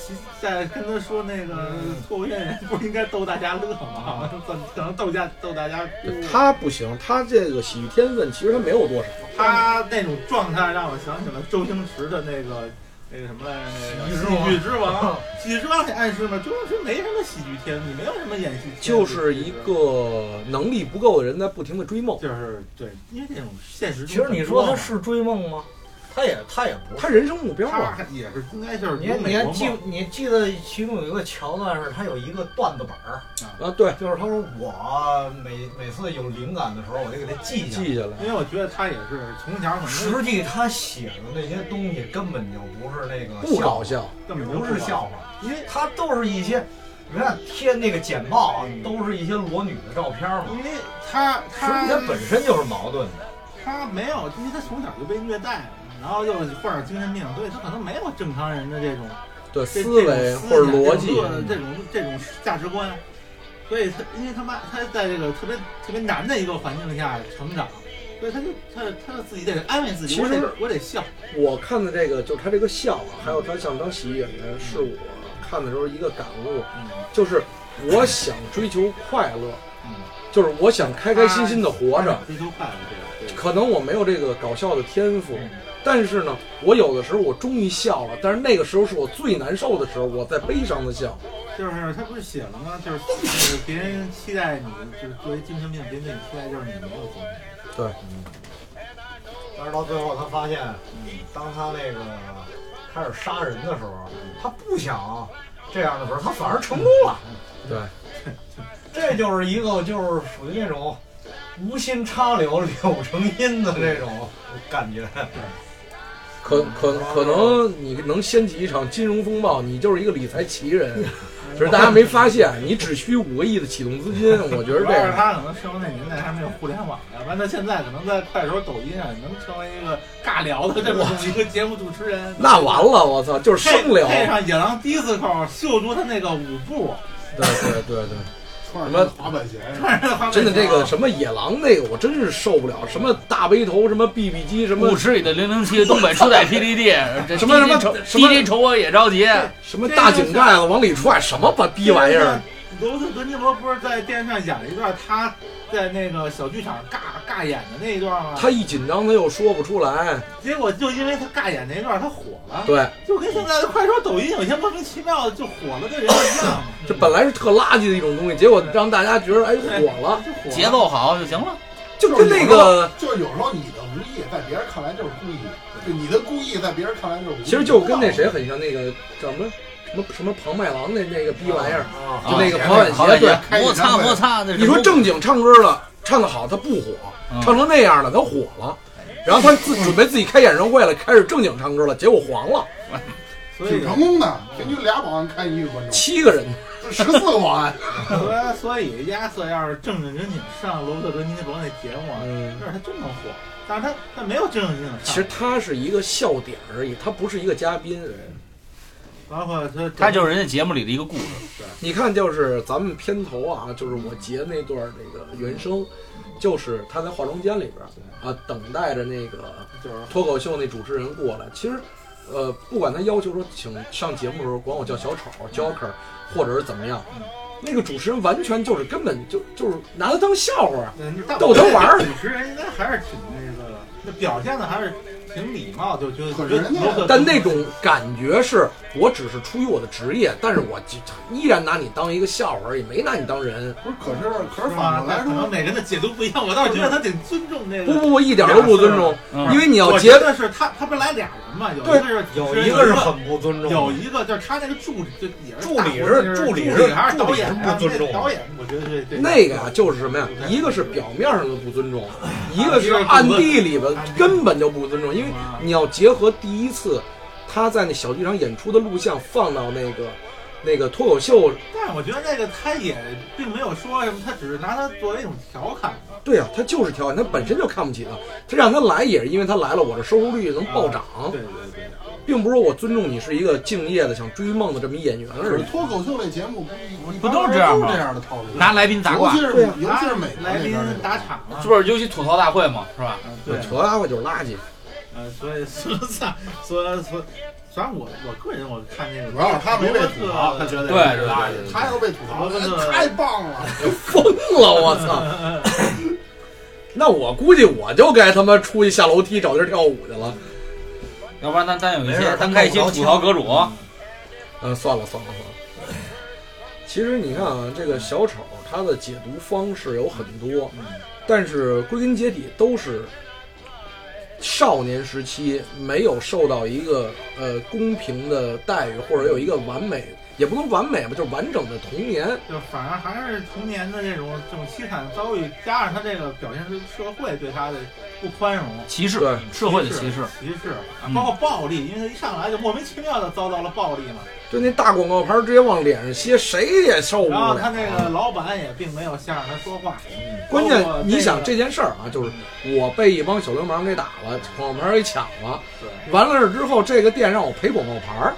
H: 在跟他说那个
J: 嗯
H: 脱口秀演员不是应该逗大家乐吗？ 怎么可能逗家逗大家哭？
F: 他不行，他这个喜剧天分其实他没有多少。
H: 他那种状态让我想起了周星驰的那个那个什么来着？那个
F: 喜剧之
H: 喜剧
F: 王
H: 之王，喜剧之王也暗示嘛，周星驰没什么喜剧天赋，没有什么演戏天赋，
F: 就是一个能力不够的人在不停的追梦，
H: 就是对，因为这种现实
I: 其实你说他是追梦吗？他也他也不是，
F: 他人生目标
H: 啊他也是应该就是
I: 你
H: 有
I: 你
H: 美
I: 还
H: 国
I: 记
H: 梦
I: 你记得其中有一个桥段是他有一个段子本儿
F: 啊，对，
I: 就是他说我每每次有灵感的时候我就给他记下
F: 记下来
H: 因为我觉得他也是从小可能
I: 实际他写的那些东西根本就不是那个
H: 不搞
F: 笑
H: 根本就
I: 不
H: 不
I: 是
H: 搞
I: 笑
H: 笑
I: 话，因为他都是一些，你看贴那个简报啊，都是一些裸女的照片嘛。
H: 因为他他
I: 实际他本身就是矛盾的。
H: 他没有，因为他从小就被虐待，然后又患上精神病，所以他可能没有正常人的这种
F: 对
H: 这
F: 思
H: 这
F: 维
H: 种
F: 或者逻辑
H: 这种这种这种价值观。所以他，因为他妈他在这个特别特别难的一个环境下成长，所以他就他他就自己得安慰自己，
F: 其
H: 我
F: 实
H: 得我得笑。
F: 我看的这个就是他这个笑啊，还有他想当喜剧演员，是
H: 嗯
F: 我看的时候一个感悟，就是我想追求快乐，就是我想开开心心的活着
H: 嗯啊，追求快乐，对嗯对
F: 可能我没有这个搞笑的天赋，但是呢，我有的时候我终于笑了，但是那个时候是我最难受的时候，我在悲伤的笑。
H: 就是他不是写了吗？就是就是别人期待你，就是作为精神病，别人对你期待就是你没有精神。
F: 对，
I: 但是到最后，他发现，当他那个开始杀人的时候，啊他不想这样的时候，他反而成功了。
F: 对，
I: 嗯 这就是一个就是属于那种无心插柳柳成荫的这种感觉。
F: 可可可能你能掀起一场金融风暴，你就是一个理财奇人，只是大家没发现，你只需五个亿的启动资金，我觉得
H: 主
F: 这
H: 要是
F: 样。
H: 他可能生活那年代还没有互联网呢，完他现在可能在快手、抖音上啊能成为一个尬聊的这么一个节目主持人。
F: 那完了，我操，就是
H: 配
F: 生聊。
H: 配上野狼 disco，秀出他那个舞步，
F: 对对对对，什
H: 上
F: 么
K: 滑板鞋
H: 穿上滑板鞋
F: 真的这个什么野狼那个，我真是受不了。什么大背头，什么 BB 机，什么
J: 舞池里的零零七，东北初 代 PDD，这
F: 什么什么
J: DJ 瞅
F: 什么
J: DJ 瞅我也着急，
F: 什么大井盖子往里踹，什么把逼玩意儿？
H: 罗斯德尼罗不是在电视上演了一段他在那个小剧场尬尬演的那一段吗？
F: 他一紧张他又说不出来。
H: 结果就因为他尬演那一段，他火了。
F: 对，
H: 就跟现在的快手、抖音有些莫名其妙的就火了的人一样。
F: 这本来是特垃圾的一种东西，结果让大家觉得哎火了，
J: 节奏好就行了，
F: 就跟那个
K: 就是有时候你的无意在别人看来就是故意，就你的故意在别人看来就是无意。
F: 其实就跟那谁很像，那个叫什么什么什么庞麦郎那那个逼玩意儿，就那个
J: 啊
F: 跑板
J: 跑板鞋
F: 对，
J: 摩擦摩擦那是
F: 你说正经唱歌的唱的好，他不火，唱成那样了，他火了。然后他自准备自己开演唱会了，开始正经唱歌了，结果黄了。
H: 所以
K: 挺成功的，平均俩保安看一个观众，
F: 七个人，
K: 十四个保 安。
H: 所以所以亚瑟要是正正经经上罗伯特·德尼罗那节目，啊，那他真能火。但是他他没有正正经经
F: 嗯其实他是一个笑点而已，他不是一个嘉宾。
H: 包括他，
J: 他就是人家节目里的一个故事。
F: 你看，就是咱们片头啊，就是我截那段那个原声，就是他在化妆间里边儿啊，等待着那个
H: 就是
F: 脱口秀那主持人过来。其实，呃，不管他要求说请上节目的时候管我叫小丑、Joker，或
H: 嗯
F: 者是怎么样，那个主持人完全就是根本就就是拿他当笑话
H: 嗯但，
F: 逗他玩儿
H: 主。持人应该还是挺那个，那表现的还是挺礼貌，就觉得觉得罗伯特
F: 但那种感觉是我只是出于我的职业，但是我就依然拿你当一个笑话而已，没拿你当人。
H: 嗯
K: 不是，可是可
H: 是吧？那可能每个人的解读不一样，我倒是觉得他挺尊重这个。
F: 不不不一点都不尊重
H: 嗯
F: 因为你要
H: 我
F: 结
H: 觉得是他，他不是来俩人嘛？有一个是
I: 有
H: 一
I: 一个是很不尊重的
H: 有一个就是他那个助理，就也是大伙儿
I: 助理是
H: 助
I: 助理是
H: 还是
I: 助
H: 导
I: 理
H: 演
I: 是
H: 啊
I: 不尊重啊
H: 那导演我觉得这这
F: 那个呀，就是什么呀？一个是表面上的不尊重，一个是暗地里边根本就不尊重，因为你要结合第一次他在那小剧场演出的录像放到那个那个脱口秀，
H: 但是我觉得那个他也并没有说什么，他只是拿他作为一种调侃。
F: 对呀、他就是调侃，他本身就看不起他，他让他来也是因为他来了，我的收视率能暴涨，
I: 哦
H: 啊对对对，
F: 并不是说我尊重你是一个敬业的想追梦的这么一演员
K: 可
F: 而
K: 是
F: 已。
K: 脱口秀类节目不
F: 不都是这样吗
K: 都是这样的套路，
F: 拿来宾砸挂
K: 尤其是
F: 对啊
K: 尤其是美国
H: 来
K: 那
H: 宾
K: 边儿
H: 打场啊，
J: 是不是？尤其吐槽大会嘛，是吧？
H: 对
F: 吐槽大会就是垃圾。
H: 呃，所以所以所以所以，反正我我个人我看那个，
K: 主要是他没被吐槽，他觉得
H: 对
K: 他要被吐槽，
H: 罗伯特
K: 太棒了，
F: 疯了，我操！那我估计我就该他妈出去下楼梯找地儿跳舞去了。
J: 要不然咱咱有一
F: 没事
J: 些，
F: 儿
J: 咱开一些吐槽阁主。
F: 嗯，算了算了算了。其实你看啊，这个小丑他的解读方式有很多，
H: 嗯
F: 但是归根结底都是少年时期没有受到一个呃公平的待遇，或者有一个完美，也不能完美吧，就是完整的童年。
H: 就反而还是童年的这种这种凄惨遭遇，加上他这个表现出社会对他的不宽容、
J: 歧视
F: 对
J: 社会的
H: 歧
J: 歧视
H: 歧视，啊
J: 嗯
H: 包括暴力，因为他一上来就莫名其妙的遭到了暴力嘛。
F: 就那大广告牌直接往脸上歇，谁也受不
H: 然
F: 了
H: 后。他那个老板也并没有向着他说话，
F: 关
H: 包
F: 键
H: 括
F: 你想这
H: 这个嗯
F: 件事儿啊，就是我被一帮小流氓给打了，广告牌给抢了，
H: 对
F: 完了事儿之后，这个店让我赔广告牌儿，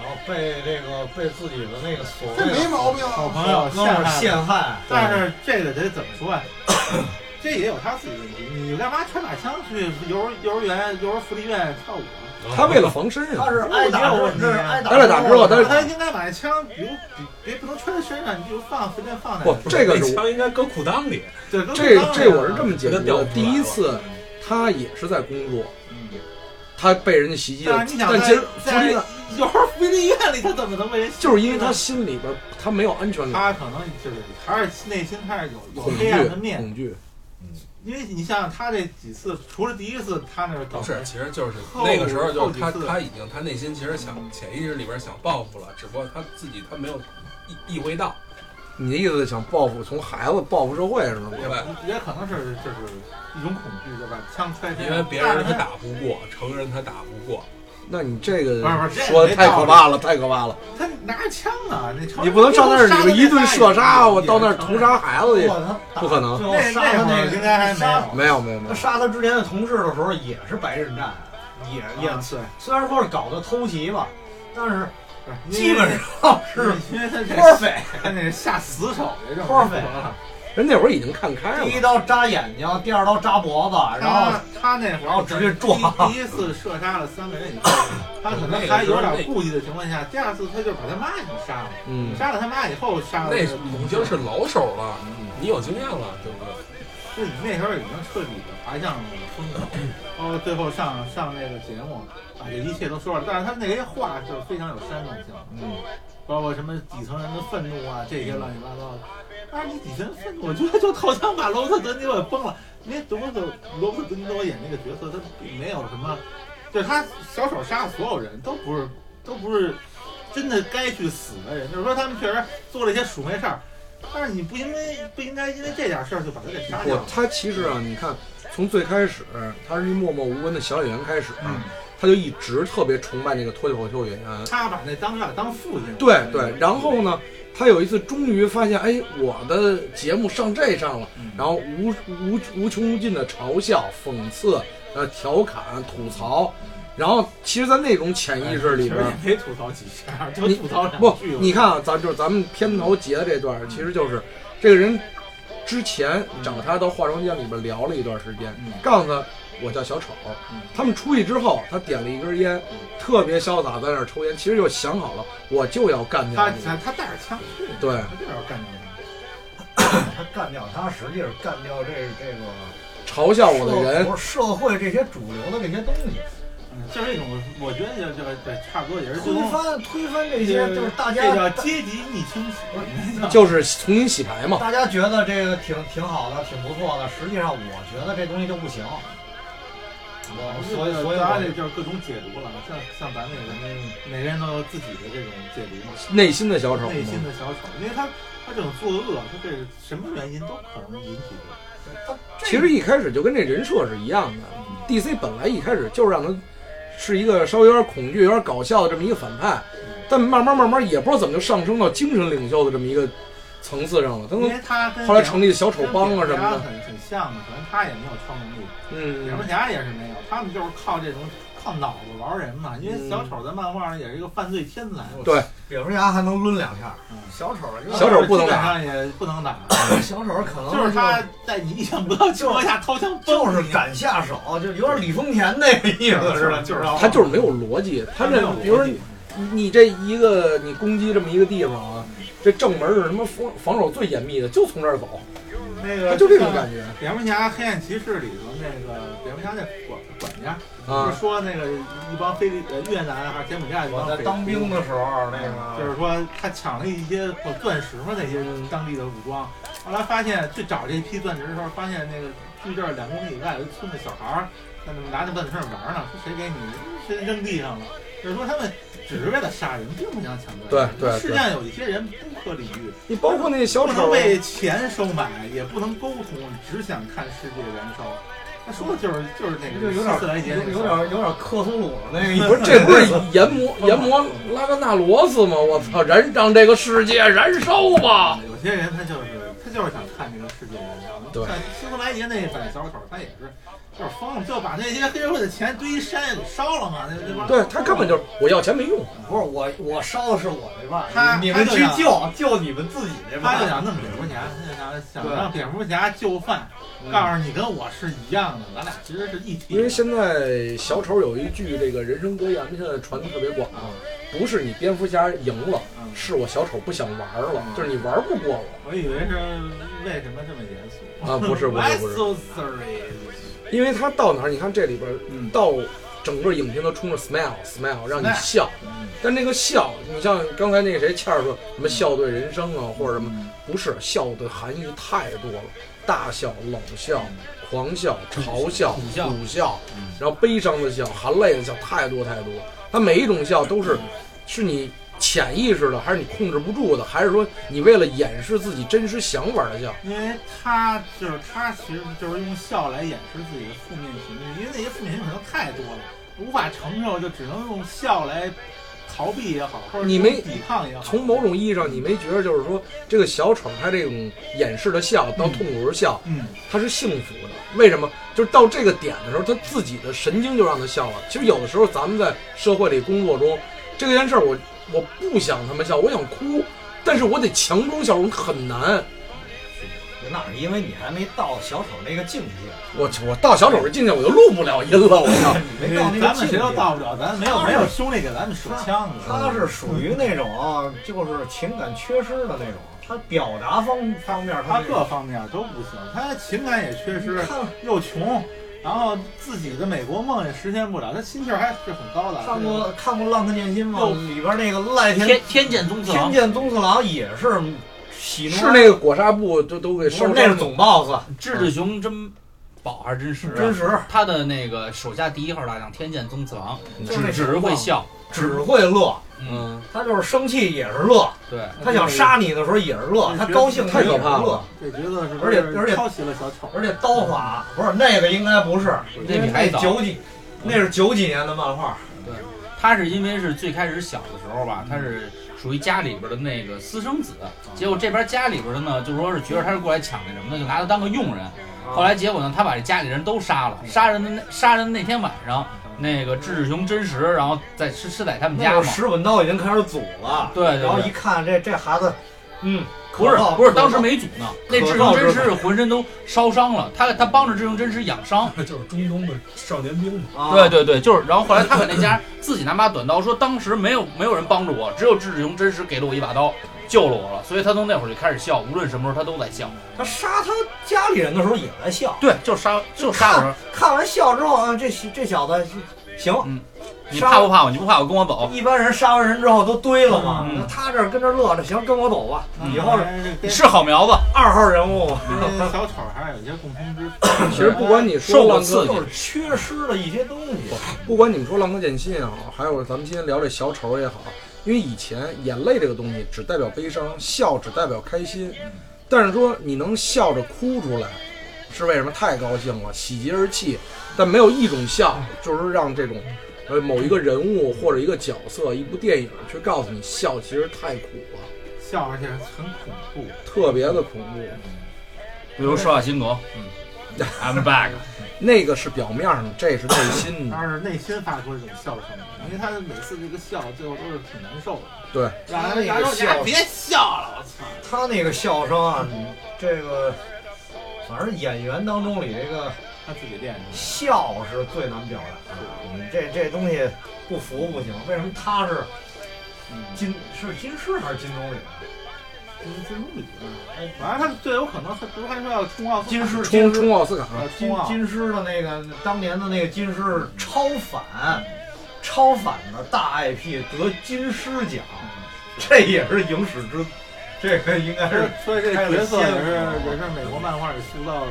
I: 然后被这个被自己的那个所谓
K: 这
I: 的
K: 没毛病啊
I: 好朋
H: 朋友
I: 友哥们儿哦陷害，
H: 但是这个得怎么说呀？ 这也有他自己的问题，你干嘛穿把枪去幼儿幼儿园、幼儿福利院跳舞？
F: 他为了防身啊，
I: 他是挨打
H: 我
I: 之后，
H: 觉
I: 这
H: 得
I: 是
H: 哎有问
I: 挨
H: 题
I: 打
H: 啊
F: 挨了打之后他
H: 他应该把枪，比如比别不能揣在身上，你就放随便放在。
F: 不，这个是
L: 枪应该搁裤裆里，
H: 对，跟
F: 这
H: 当然
F: 这我是这么解
L: 给
F: 读
L: 他调出
F: 的。
L: 来
F: 第一
L: 了
F: 次他也是在工作，他被人家袭击了
H: 但是，你想
F: 但
H: 在
F: 其实福
H: 在
F: 利院
H: 幼儿福利院里，他怎么能被人？
F: 就是因为他心里边儿他没有安全感，
H: 他可能就是还是内心他是有有
F: 恐
H: 黑
F: 惧
H: 暗的面，
F: 恐惧。
H: 因为你像他这几次，除了第一次他那儿
L: 不
H: 搞
L: 是，其实就是
H: 后
L: 那个时候，就是他
H: 后几次
L: 他已经他内心其实想潜意识里边想报复了，只不过他自己他没有意意会到。
F: 你的意思想报复，从孩子报复社会是吗？
L: 对吧
H: 也可能是就是一种恐惧，对吧？枪揣身上，
L: 因为别人
H: 但是
L: 他
H: 他
L: 打不过，成人他打不过。
F: 那你这个
H: 不是不是这
F: 说的
H: 没
F: 太
H: 道
F: 可
H: 理
F: 怕了，太可怕了。
H: 他拿着枪呢，那成
F: 你不能上那儿
H: 杀
F: 你
H: 的
F: 一顿射杀，我到那儿
H: 也
F: 屠杀孩子去
I: 我操，
F: 不可能。
I: 最后杀他
H: 那那
I: 那个
H: 会儿应该还没有
I: 杀
F: 没有没有没
I: 他
F: 有，
I: 杀他之前的同事的时候也是白刃战，也也
H: 啊对
I: 虽然说是搞的偷袭吧，但是
H: 不是
I: 基本上是
H: 因为他这
I: perfect
H: 他那是下死手这种
I: perfect
F: 人那会儿已经看开
I: 第一
F: 了。
I: 刀扎眼睛，第二刀扎脖子，然后
H: 他他那会儿
I: 然后直接撞
H: 第一第一次射杀了三个人以后，他可能还有点顾忌的情况下，第二次他就把他妈给杀了，
F: 嗯
H: 杀了他妈以后杀了
L: 那
H: 个
L: 是已经是老手了，你有经验了，对不对？
H: 就你那时候已经彻底的滑向风口，包括最后上上那个节目，把这一切都说了，但是他那些话就是非常有煽动性，嗯，包括什么底层人的愤怒啊，这些乱七八糟的。但是你底层人愤怒，我觉得就好像把罗伯特·德尼罗给崩了。因为德伯特罗伯特·德尼罗演那个角色，他并没有什么，就是他小手杀的所有人都不是都不是真的该去死的人，就是说他们确实做了一些鼠没事儿。但是你不应该不应该因为这点事儿就把他给杀掉
L: 嗯
F: 我。他其实啊，你看，从最开始他是一默默无闻的小演员开始，他就一直特别崇拜那个脱口秀演员。
H: 他把那当下当父亲，
F: 对对，然后呢，他有一次终于发现，哎，我的节目上这上了，
H: 嗯
F: 然后无无无穷无尽的嘲笑、讽刺、呃调侃、吐槽，
H: 嗯
F: 然后其实，在那种潜意识里边，
H: 其实也没吐槽几下，就
F: 嗯你
H: 哎吐槽两
F: 不
H: 句。，嗯
F: 你看啊，咱就是咱们片头截的这段儿，其实就是这个人之前找他到化妆间里边聊了一段时间，
H: 嗯
F: 告诉他我叫小丑。他们出去之后，他点了一根烟，
H: 嗯
F: 特别潇洒，在那儿抽烟。其实就想好了，我就要干掉
H: 他
F: 你。
H: 他他带着枪去的，
F: 对
H: 他就是要干掉
I: 他干掉他，实际是干掉这这个
F: 嘲笑我的人
I: 社社会这些主流的这些东西，
H: 他，就是一嗯种我觉得就就对，差不多也是
I: 推翻推翻这些
H: 这
I: 就是大家嗯
H: 这叫阶级逆清洗，
F: 就是重新洗牌嘛。
I: 大家觉得这个挺挺好的，挺不错的，实际上我觉得这东西就不行。我所以所以
H: 大家
I: 我
H: 这就是各种解读了，像像咱们也是，每个人都有自己的这种解读嘛，
F: 内心的小丑
H: 内心的小丑，因为他他这种作恶，他这什么原因都可能引起的。
F: 其实一开始就跟这人设是一样的。DC 本来一开始就是让他是一个稍微有点恐惧、有点搞笑的这么一个反派，但慢慢慢慢也不知道怎么就上升到精神领袖的这么一个层次上了。
H: 因为他
F: 他
H: 跟
F: 后来成立小丑帮啊什么的
H: 跟蝙蝠侠，很很像的，可能他也没有超能力，
F: 嗯
H: 蝙蝠侠也是没有，他们就是靠这种靠脑子玩人嘛。因为小丑在漫画上也是一个犯罪天才，
F: 对，
I: 蝙蝠侠还能抡两下，
H: 嗯
I: 嗯小丑
F: 小丑不能
H: 基
F: 打
H: 本上也不能打，
I: 啊小丑可能
H: 就是他在你意想不到情况下掏枪
I: 崩，就是敢下手，就有点李丰田那个意思似的，就是
F: 他就是没有逻辑。嗯他这比如说你你这一个你攻击这么一个地方啊，这正门是什么防防守最严密的，就从这儿走。
H: 那个
F: 他就这种感觉。
H: 蝙蝠侠黑暗骑士里头那个蝙蝠侠那管管家，
F: 啊
H: 就是说那个一帮菲律呃越南还是柬埔寨一帮
I: 我在
H: 匪徒
I: 当兵的时候那个
H: 就是说他抢了一些呃钻石嘛，那些当地的武装。后来发现去找这批钻石的时候，发现那个距这儿两公里以外有一村子小孩儿，在那拿着钻石玩呢，说谁给你谁扔地上了。就是说他们只是为了杀人，并不想抢钻石。
F: 对对对
H: 世界上有一些人不可理喻，
F: 你包括那小
H: 不
F: 丑
H: 能为钱收买，也不能沟通，只想看世界燃烧。他说的就是就是那个
I: 就有点
H: 斯莱杰那个
I: 有有点有点克苏鲁那个意思。
F: 不是，这不是研 磨研磨拉格纳罗斯吗？我操，燃让这个世界燃烧吧！
H: 啊有些人他就是他就是想看这个世界燃烧。
F: 对
H: 像希斯莱杰那版小丑，他也是就是疯了，就把那些黑社会的钱堆一山给烧了嘛，那那帮
F: 对他根本就是我要钱没用，
I: 不是我我烧的是我这半
H: 他
I: 儿，你们
H: 他就
I: 去
H: 想
I: 救救你们自己这半
H: 他
I: 儿。
H: 就想弄蝙蝠侠，他就想想
I: 对
H: 让蝙蝠侠就范，告诉你跟我是一样的，咱俩其实是一体。
F: 嗯因为现在小丑有一句这个人生格言，现在传的特别广啊，不是你蝙蝠侠赢了，是我小丑不想玩了，就是你玩不过我。
H: 我以为是为什么这么严肃
F: 啊不是不是
H: Why
F: 不是
H: so serious？
F: 因为他到哪儿，你看这里边儿到整个影片都充着 smile 嗯 smile，让你嗯笑。但那个笑，你像刚才那个谁倩儿说什么笑对人生啊，或者什么，不是笑的含义太多了，大笑、冷笑、狂笑、嘲笑、嗯苦笑，然后悲伤的笑、含泪的笑，太多太多。它每一种笑都是，是你潜意识的，还是你控制不住的，还是说你为了掩饰自己真实想法的笑？
H: 因为他就是他，其实就是用笑来掩饰自己的负面情绪，因为那些负面情绪可能太多了，无法承受，就只能用笑来逃避也好，或者
F: 你没
H: 抵抗也好。
F: 从某种意义上，你没觉得就是说，这个小丑他这种掩饰的笑到痛苦时笑，
H: 嗯，
F: 他是幸福的。为什么？就是到这个点的时候，他自己的神经就让他笑了。其实有的时候咱们在社会里工作中，这件事儿我我不想他们笑，我想哭，但是我得强装笑容很难。
I: 那是因为你还没到小丑那个境界，
F: 我我到小丑这境界我就录不了音了，我 操！
I: 没到那个
H: 咱们谁都到不
I: 境界
H: 了，咱没有
I: 他是
H: 没有兄弟给咱们手枪的。
I: 他是属于那种啊就是情感缺失的那种，他表达方方面
H: 他
I: 那
H: 各方面都不行，他情感也缺失，又穷，然后自己的美国梦也实现不了，他心气儿还是很高的。啊
I: 看
H: 这
I: 过
H: 个
I: 看过《浪客剑心》吗
H: 又？
I: 里边那个赖
H: 天
J: 天剑宗
H: 次郎
I: 天剑宗次郎也是喜怒
F: 是那个裹纱布都都给烧伤
J: 不是那
F: 了
J: 是
I: 总 boss
J: 智志雄真宝还是真实啊、
I: 真实
J: 他的那个手下第一号大将天剑宗次郎，
I: 嗯就
J: 只
I: 是
J: 只
I: 那
J: 会笑，
I: 只会乐，
J: 嗯，
I: 他就是生气也是乐，
J: 对，
I: 他想杀你的时候也是乐，他高兴也是乐。
H: 这角色是不
I: 而
H: 是
I: 且而且
H: 抄袭了小丑？
I: 而且刀法不是那个应该不是，
J: 那比还
I: 那
J: 早
I: 九几那是九几年的漫画，
J: 对，他是因为是最开始小的时候吧，他是属于家里边的那个私生
I: 嗯
J: 子，结果这边家里边的呢，就说是觉得他是过来抢那什么的，就拿他当个佣人。
I: 嗯
J: 后来结果呢，他把这家里人都杀了，杀人的那杀人的那天晚上，那个志志雄真实，然后在是是在他们
I: 那
J: 家
I: 会
J: 嘛
I: 儿，石文刀已经开始组了，
J: 对对对
I: 然后一看这这孩子，嗯，
J: 不是
I: 可靠
J: 不是，
I: 可靠
J: 当时没组呢。那志雄真实是浑身都烧伤了，他他帮着志雄真实养伤，
L: 就是中东的少年兵
I: 啊
L: 嘛。
J: 对对对，就是。然后后来他们那家自己拿把短刀，说当时没有没有人帮助我，只有志雄真实给了我一把刀，救了我了。所以他从那会儿就开始笑，无论什么时候他都在笑。
I: 他杀他家里人的时候也在笑，
J: 对，就杀就杀我时候
I: 看。看完笑之后，啊这这小子行，
J: 嗯你
I: 杀
J: 怕不怕我？你不怕我跟我走？
I: 一般人杀完人之后都堆了嘛，
J: 嗯
I: 那他这儿跟这儿乐着，行，跟我走吧。以后
J: 你 是好苗子，
I: 二号人物嘛。
J: 嗯
H: 跟小丑还是有一些共通 之处。
F: 其实不管你说浪哥，
I: 就是缺失了一些东西。
F: 不管你们说浪哥剑心也好，还有咱们今天聊这小丑也好，因为以前眼泪这个东西只代表悲伤，笑只代表开心，但是说你能笑着哭出来，是为什么？太高兴了，喜极而泣。但没有一种笑，就是让这种呃某一个人物或者一个角色、一部电影去告诉你，笑其实太苦了，
H: 笑而且很恐怖，
F: 特别的恐怖。
J: 比如施瓦辛格，
F: 嗯
J: ，I'm back，
F: 那个是表面上的，这是内心的。
H: 但是内心发出一种笑声，因为他每次这个笑最后都是挺难受的。
F: 对，
H: 让
I: 他
H: 人
I: 那
H: 家说
I: 个
H: 你还
I: 笑，
H: 别笑了，我操！
I: 他那个笑声啊，
J: 嗯
I: 这个反正演员当中里这个
H: 他自己练的，
I: 笑是最难表达的。你这这东西不服不行。为什么他是金是金狮还是金钟岭？啊
H: 就是这种理论。哎反正他最有可能是不是还说要冲奥斯卡
I: 金狮
F: 冲冲奥斯卡
H: 啊
I: 金
H: 冲奥
I: 金狮的那个当年的那个金狮超反，超反的大 IP 得金狮奖，这也是影史之，这个应该是
H: 所以这
I: 开了
H: 角色也是
I: 先河啊
H: 也是美国漫画里塑造的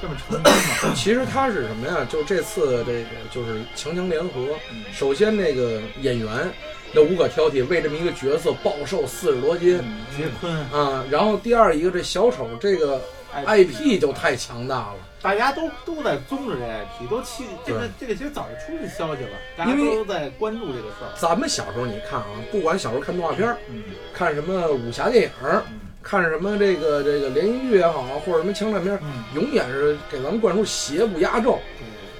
H: 这么成功嘛。
F: 其实它是什么呀？就这次这个就是强强联合，首先那个演员那无可挑剔，为这么一个角色暴瘦四十多斤，
H: 杰昆
F: 啊，然后第二一个这小丑这个 IP 就太强大了。
H: 哎大家都都在宗旨这 IP，都期这个这个其实早就出去消息了，大家
F: 因为
H: 都在关注这个事儿。
F: 咱们小时候你看啊，不管小时候看动画片儿，
H: 嗯
F: 看什么武侠电影儿，看什么这个这个连续剧也好，或者什么枪战片儿，永远是给咱们灌输邪不压正，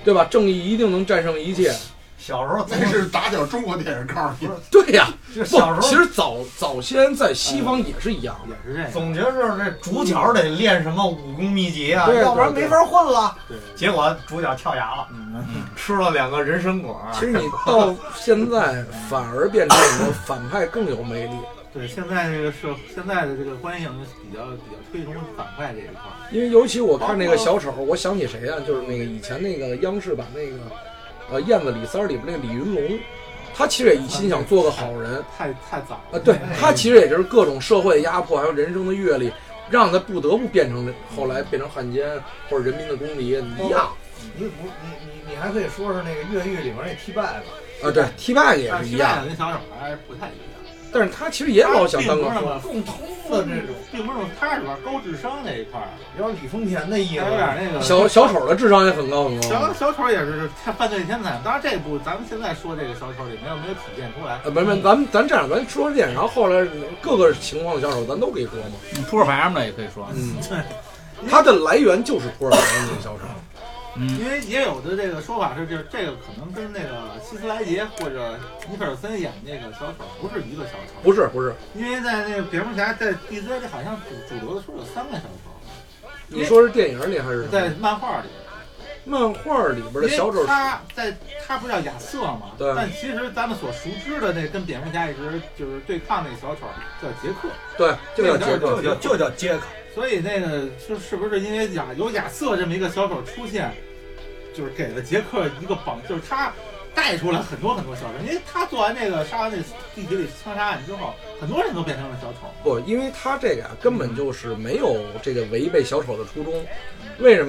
F: 对吧？正义一定能战胜一切。
I: 小时候
K: 那是打小中国电影，告诉你，
F: 对呀、
I: 就
F: 不
I: 小时候
F: 其实早早先在西方也是一样的，
H: 也是这
I: 总觉着这主角得练什么武功秘籍啊，
F: 对对
I: 要不然没法混了。
H: 对
I: 结果主角跳崖了，嗯 吃了两个人参果。啊
F: 其实你到现在反而变成什么反派更有魅力，
H: 对，现在这个社现在的这个观影比较比较推崇反派这一块儿。
F: 因为尤其我看那个小丑，我想起谁啊？就是那个以前那个央视版那个呃《燕子李三》里边那李云龙，他其实也一心想做个好人，
H: 太太早
F: 啊，
H: 哎
F: 对他其实也就是各种社会的压迫，还有人生的阅历，让他不得不变成后来变成汉奸或者人民的公敌一样。
I: 你不你你你还可以说是那个越狱里面那 T 拜子
F: 啊，对，T 八也是一样，
H: 跟小丑还是不太一样。
F: 但是他其实也老想当个
H: 并不是那
F: 好
H: 么
F: 人。
I: 共通的这种，
H: 并不是那种他是玩高智商那一块儿，
I: 有点李丰田的意思，
H: 有点那个
F: 小小丑的智商也很高很高
H: 小。小丑也是他犯罪天才。当然这部咱们现在说这个小丑里没有没有体现出来。
F: 呃，不是不是，咱们咱这样，咱说电影，然后后来各个情况的小丑，咱都可以说嘛。
J: 扑克嗯牌嘛也可以说，
F: 嗯，它的来源就是托尔马那个小丑。
J: 嗯
H: 因为也有的这个说法是，就是这个可能跟那个希斯莱杰或者尼克尔森演那个小丑不是一个小丑，
F: 不是不是，
H: 因为在那个蝙蝠侠在 DC 里好像主主流的说有三个小丑，
F: 你说是电影里还是什
H: 在
F: 么？
H: 漫画里，
F: 漫画里边
H: 因
F: 的
H: 为
F: 小丑是
H: 他在他不叫亚瑟嘛，
F: 对
H: 但其实咱们所熟知的那跟蝙蝠侠一直就是对抗那小丑叫杰克，
F: 对，就叫杰克
I: 就，叫就叫杰克。
H: 所以那个就是不是因为亚有亚瑟这么一个小丑出现，就是给了杰克一个榜，就是他带出来很多很多小丑，因为他做完这个杀完那地铁里枪杀案之后，很多人都变成了小丑。
F: 不，因为他这个啊，根本就是没有这个违背小丑的初衷。为什么？